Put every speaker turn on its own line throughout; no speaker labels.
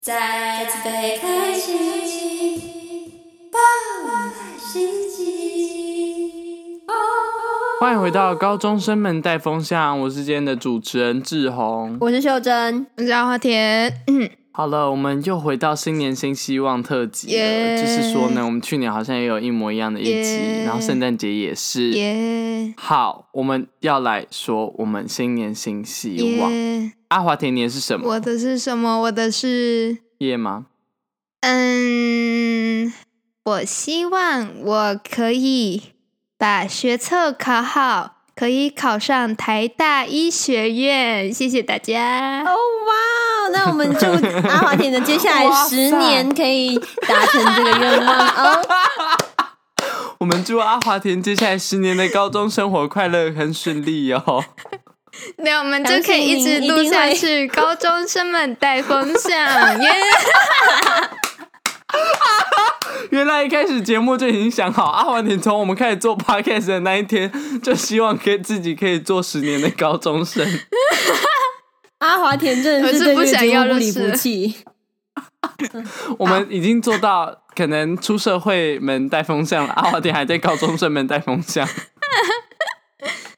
再次被开启，爆满心机。
欢迎回到高中生们带风向，我是今天的主持人志宏。
我是秀珍，
我是阿花田，嗯，
好了，我们又回到新年新希望特辑了。
耶
就是说呢，我们去年好像也有一模一样的一集
耶
然后圣诞节也是。
耶
好，我们要来说我们新年新希望。
耶，
阿华田年是什么？
我的是什么？我的是，
夜吗？
嗯，我希望我可以把学测考好，可以考上台大医学院。谢谢大家。
哦哇！那我们祝阿华田的 接下
哇
来
塞
十年可以达成这个愿望 哦。
我们祝阿华田接下来十年的高中生活快乐很顺利哦。
那我们
相
就可以一
信你
直
一
录
定
下
会
去，高中生们带风 向耶！
原来一开始节目就已经想好，阿华田从我们开始做 podcast 的那一天，就希望给自己可以做十年的高中 生。
啊阿华田真的
我
是
是
对
不
这个
想
节
要
目不
认
离不
识
弃。
我们已经做到，可能出社会们带风向了， 阿华田还在高中生们带风向。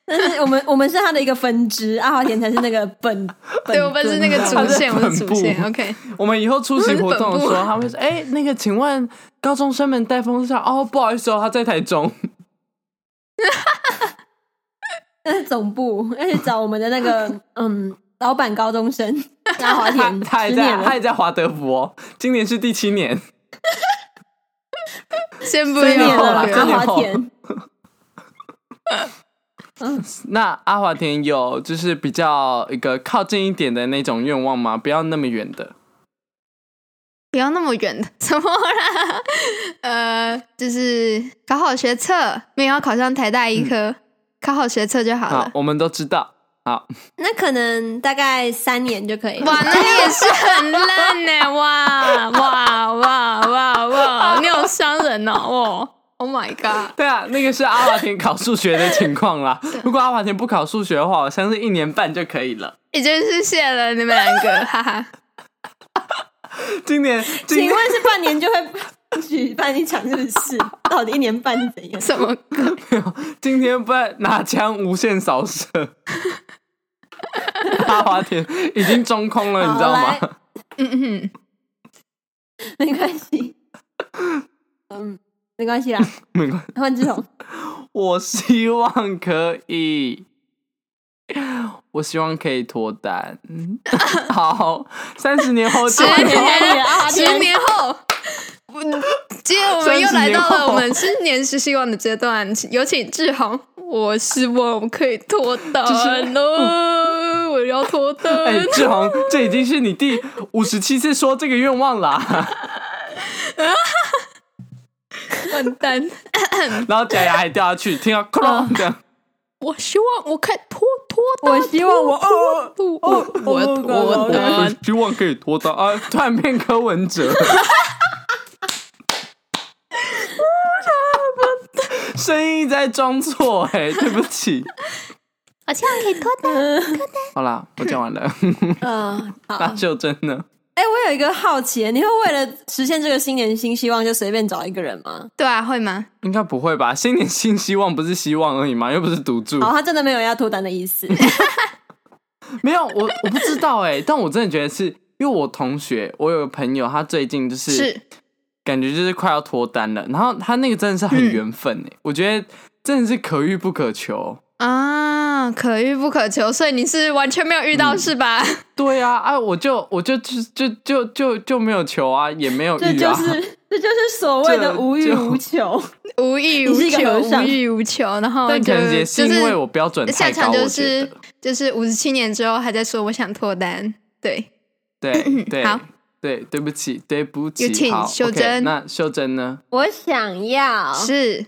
但是我们我们是他的一个分支，阿华田才是那个本。本
对，我们是那个主
他在
线，我是主
本部
线。OK，
我们以后出席活动的时
我们是本
候，
部
他会说：“哎、那个，请问高中生们带风向哦，不好意思哦，他在台中。
那是 总部，要去找我们的那个嗯，老板高中生阿华
他
田，
他还
十
在
年
他
了，
还在华德福哦，今年是第七年。
先不
十年
要
了
啦
啦，
真
阿
的
了。
有
华田。
那阿华田有就是比较一个靠近一点的那种愿望吗？不要那么远的。
不要那么远的，怎么啦？呃，就是考好学测，没有要考上台大医科，考好学测就好
好
了，。
我们都知道。好，
那可能大概三年就可以了。
哇，那你也是很烂呢、哇哇哇哇哇，你好伤人哦！哦，Oh my god！
对啊，那个是阿华田考数学的情况啦。如果阿华田不考数学的话，我相信一年半就可以了。
已经是谢了你们两个，哈哈。
今年，今
请
年
问是半年就会举 办一场日式？到底一年半是怎样？
什么？
今天不然拿枪无限扫射。阿华田已经中空了，你知道
好来
吗？
嗯嗯，
没关系，嗯，没关系啦。
没关系，
换志宏，
我希望可以，我希望可以脱单。好，三十年后
十
见。
年，
阿
十年后，嗯今天我们又
三十
来到
年
了
后
我们新年是希望的阶段，有请志豪。我希望我可以脱单了，我要脱
哎、
单。
志宏，这已经是你第五十七次说这个愿望啦。
完蛋！
然后假牙还掉下去，听到哐
嗯
隆这样。
我希望我可以脱脱单，
我希望我
脱脱脱我脱单。
希望可以脱单啊！突然变柯文 哲，声音在装错哎、对不起。
我希望可以脱单。
好啦，我讲完 了。
嗯，好。
那秀珍呢？
哎、我有一个好奇，你会为了实现这个新年新希望就随便找一个人吗？
对啊，会吗？
应该不会吧？新年新希望不是希望而已吗？又不是赌注。
啊
好，他真的没有要脱单的意 思。
没有，我我不知道哎、但我真的觉得是因为我同学，我有个朋友，他最近就是
是
感觉就是快要脱单了。然后他那个真的是很缘分
嗯
哎、我觉得真的是可遇不可求。
啊，可遇不可求，所以你是完全没有遇到、是吧？
对呀、啊，我就我就就就就就就没有求啊，也没有
这
遇
就
啊，
是这就是所谓的无欲无求。
无欲无
你是一个
求，
和
无
尚
欲无求，然后
但
就
可能也
就是
因为我标准
下
太
场
高，
就
我
是
觉得
就是五十七年之后还在说我想脱单，对，
对对
嗯好
对，对不起，对不
有
起，
请
好
秀
o k
珍
那秀珍呢？
我想要
是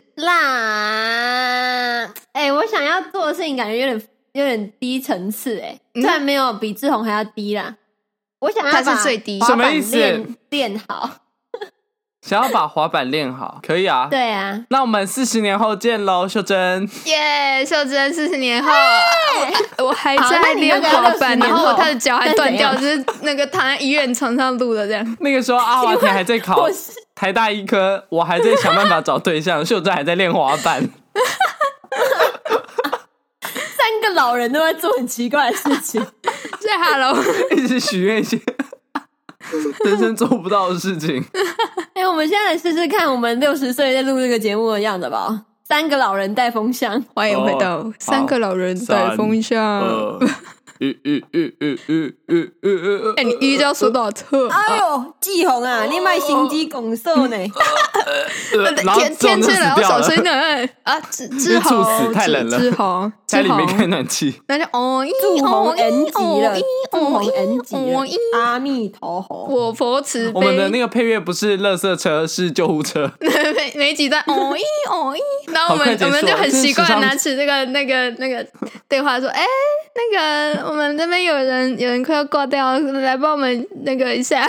啦，哎、我想要做的事情感觉有点有点低层次、哎、
嗯
虽然没有比志宏还要低啦。我想要
他是
把
最低
滑板
什么意思
练练好，
想要把滑板练 好，可以啊。
对啊，
那我们四十年后见喽，秀珍。
耶！秀珍四十年后，我我还
好
在
那你那
练
个
滑
60
板，
年
然后
后
他的脚还
那
断
怎
掉，
样
就是那个躺在医院床上录的这样。
那个时候阿华田还在考
我是
台大医科，我还在想办法找对象，秀珍还在练滑板。
三个老人都在做很奇怪的事情，
所以 Hello，
一直许愿一些人生做不到的事情。
哎、我们现在来试试看，我们六十岁在录这个节目的样子吧。三个老人带风箱，
欢迎回到
哦
三个老人带风向。
呃，吁吁吁吁吁吁吁吁
哎，你一叫手打特，
哎呦，季红啊，你买心机拱手呢？
呃然后
天
这种
天
就
气
死
冷，
掉
手
了
吹暖 啊，志
因
志
为猝
豪，
死太冷了
志豪，
家
志
里
豪
没，开暖 气，
那就哦一
祝
哦
红
一
N 级
哦
了
一，
祝
哦
红
一
N 级了
哦一，
阿弥陀佛。
我佛慈
我们的
悲
那。个配乐不是垃圾车，是救护车。
每每集在 哦一哦一，然后
好
我
快
们
结
我
束
们就很习惯
这是史上
拿起那个那个那个对话说，哎，那个我们这边有人有人快要挂掉，来帮我们那个一
啊
下，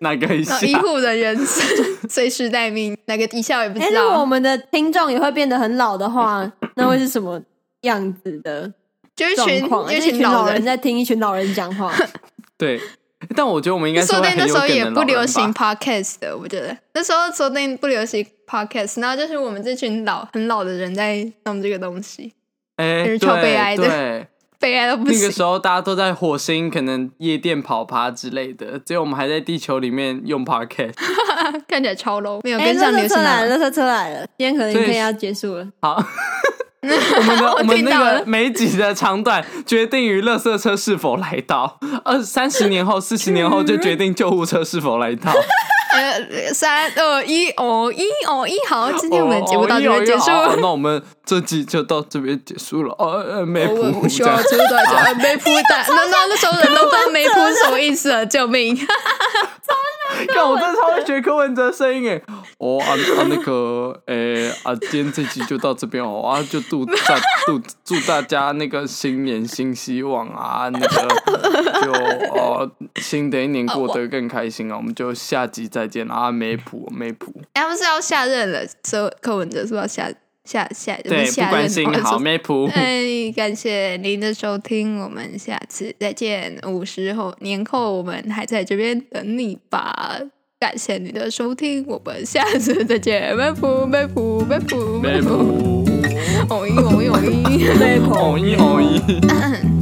哪个一 下
然后？医护人员 随时待命，哪个一下我也不
哎、
知
如果我
道，
们的听众也会变得很老的 话，那会是什么样子的
就是
状
群
况？
就
就是是一
群
群老
人
人。在听一群老人讲话，
对，但我觉得我们应该是
说不
会
定
很
那
有
时候
梗
也
的
不
老
流
人
行
吧。
podcast 的，我觉得那时候说不定不流行 podcast，然后就是我们这群老很老的人在弄这个东西，
哎，对
是超悲哀的
对，
悲哀到 不
那个
行。
时候大家都在火星，可能夜店跑趴之类的，只有我们还在地球里面用 Podcast。
看起来超 low，没有
哎，
跟上流
车
行
来
的。
了，热车车来了，今天可能
所以
可以要结束了。
好，我们的
我
我们
听
那
到
个
了
每一集的长短决定于垃圾车是否来到，二三十年后、四十年后就决定救护车是否来到。
呃，三二一，哦一哦一，好，今天我们的节目到这
哦
边
哦
结束。
哦哦那我们这集就到这边结束了。哦，呃，没
我
谱
不需要
这样
出大家没铺的，那那那时候人都不知道没铺什么意思了，救命！
看我真的超会学柯文哲声音哎！哦啊啊那个诶、啊，今天这期就到这边哦啊，就祝大祝祝大家那个新年新希望啊，那个就哦、新的一年过得更开心啊，我们就下集再见啊，没谱没谱，
哎他们是要下任了，所以柯文哲是不是要下下下
对，不
下
关
任
心
哦
好没谱，
哎，感谢您的收听，我们下次再见。五十后年后，我们还在这边等你吧。感谢你的收听，我们下次再见，拜拜拜拜拜拜
没
拜，
谱，
哦一哦一哦一。
对，
偶一偶一。
嗯